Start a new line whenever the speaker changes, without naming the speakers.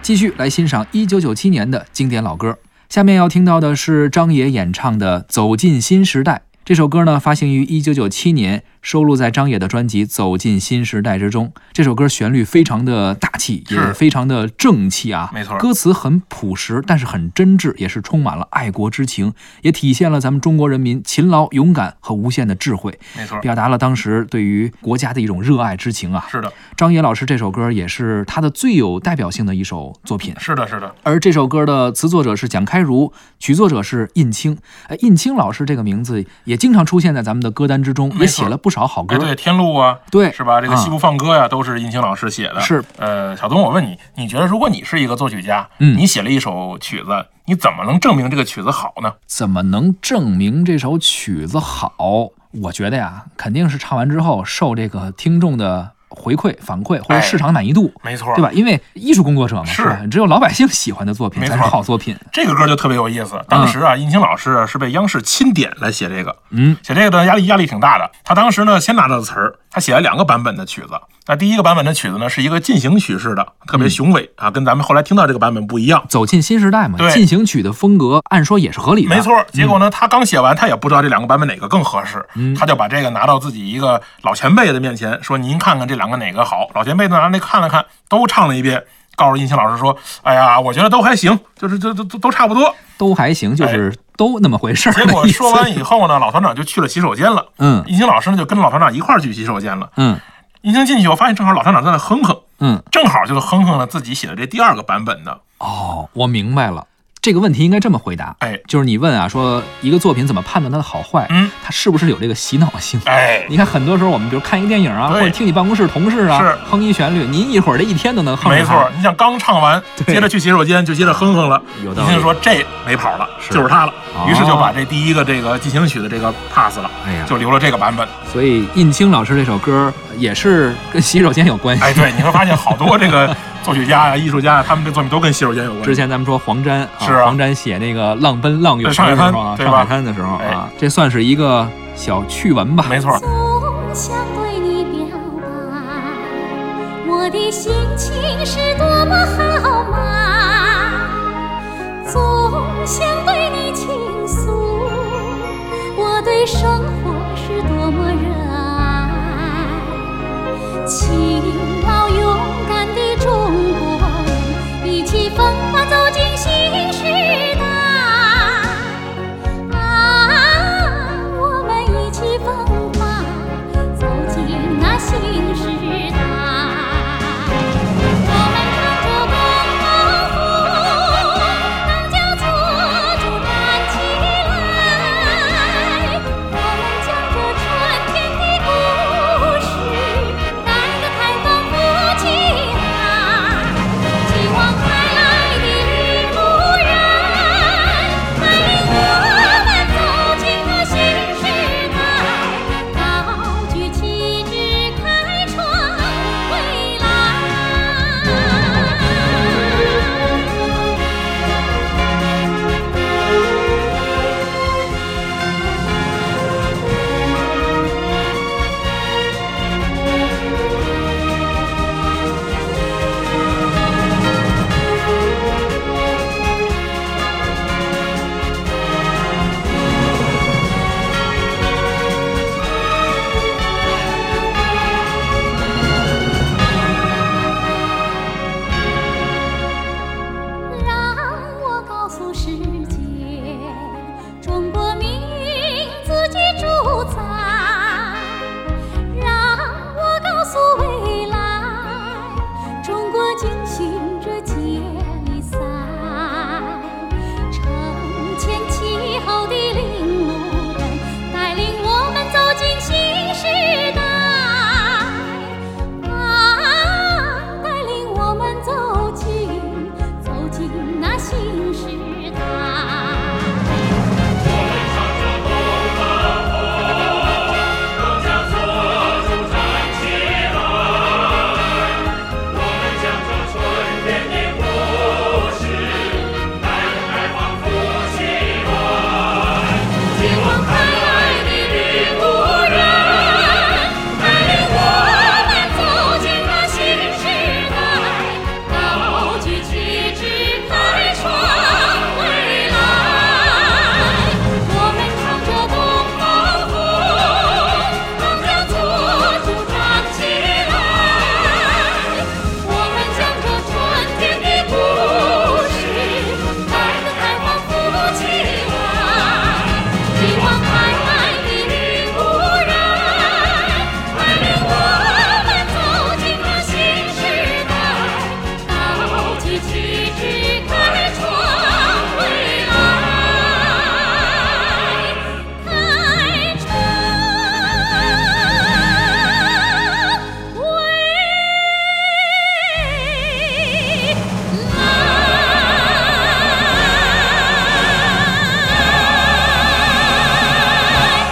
继续来欣赏1997年的经典老歌。下面要听到的是张也演唱的《走进新时代》这首歌呢，发行于1997年，收录在张也的专辑《走进新时代》之中。这首歌旋律非常的大气，
是
也非常的正气啊，
没错
歌词很朴实，但是很真挚，也是充满了爱国之情，也体现了咱们中国人民勤劳、勇敢和无限的智慧，
没错，
表达了当时对于国家的一种热爱之情啊。
是的，
张也老师这首歌也是他的最有代表性的一首作品，
是的，是的，
而这首歌的词作者是蒋开儒，曲作者是印青。哎，印青老师这个名字也经常出现在咱们的歌单之中，
错
也写了不少好歌
哎，。对，天路啊，
对
是吧？这个
啊
西部放歌呀、都是印青老师写的。
是，
呃，小东，我问你，你觉得如果你是一个作曲家，
嗯
你写了一首曲子，你怎么能证明这个曲子好呢？
怎么能证明这首曲子好？我觉得呀，肯定是唱完之后受这个听众的回馈、反馈或者
哎
市场满意度，
没错，
对？吧？因为艺术工作者嘛，
是
吧只有老百姓喜欢的作品
没
才
错
是好作品。
这个歌就特别有意思。当时啊，印青老师啊是被央视钦点来写这个，
嗯，
写这个的压力压力挺大的。他当时呢，先拿到的词儿，他写了两个版本的曲子。那第一个版本的曲子呢，是一个进行曲式的，特
嗯
别雄伟、啊，跟咱们后来听到这个版本不一样。
走进新时代嘛，
对
进行曲的风格按说也是合理的，嗯
没错，结果呢，他刚写完，他也不知道这两个版本哪个更合适，
嗯
他就把这个拿到自己一个老前辈的面前，说：“您看看这两个哪个好？”老前辈呢拿那看了看，都唱了一遍，告诉印青老师说：“哎呀，我觉得都还行，就是这都都都差不多。
都还行，就是都那么回事”儿。
哎结果说完以后呢，老团长就去了洗手间了，
嗯
印青老师呢就跟老团长一块儿去洗手间了。
嗯
印青进去以后，发现正好老团长在那哼哼，
嗯，
正好就哼哼了自己写的这第二个版本的。
哦，我明白了。这个问题应该这么回答，
哎
就是你问啊，说一个作品怎么判断它的好坏，
嗯，
它是不是有这个洗脑性？
哎，
你看，很多时候我们比如看一个电影啊，或
对
者听你办公室同事啊
是
哼一旋律，您一会儿这一天都能哼。
没错，，你想刚唱完，
对
接着去洗手间就接着哼哼了，
有
一
道理
听说这没跑了，
是
就是他了
哦，
于是就把这第一个这个进行曲的这个 pass 了，
哎呀
就留了这个版本。
所以印青老师这首歌也是跟洗手间有关系。
哎，对，你会发现好多这个作曲家呀、啊艺术家呀，他们这作品都跟洗手间有关
之
系。
前咱们说黄沾，啊
是啊
黄沾写那个《浪奔浪涌》
上海
的时
滩
候啊，
对
上
吧
海滩的时候啊，这算是一个小趣闻吧。
没错，
总想对你表白，我的心情是多么豪迈，总想对你倾诉，我对生活是多么热爱。勤劳勇敢的中国人，意气风发啊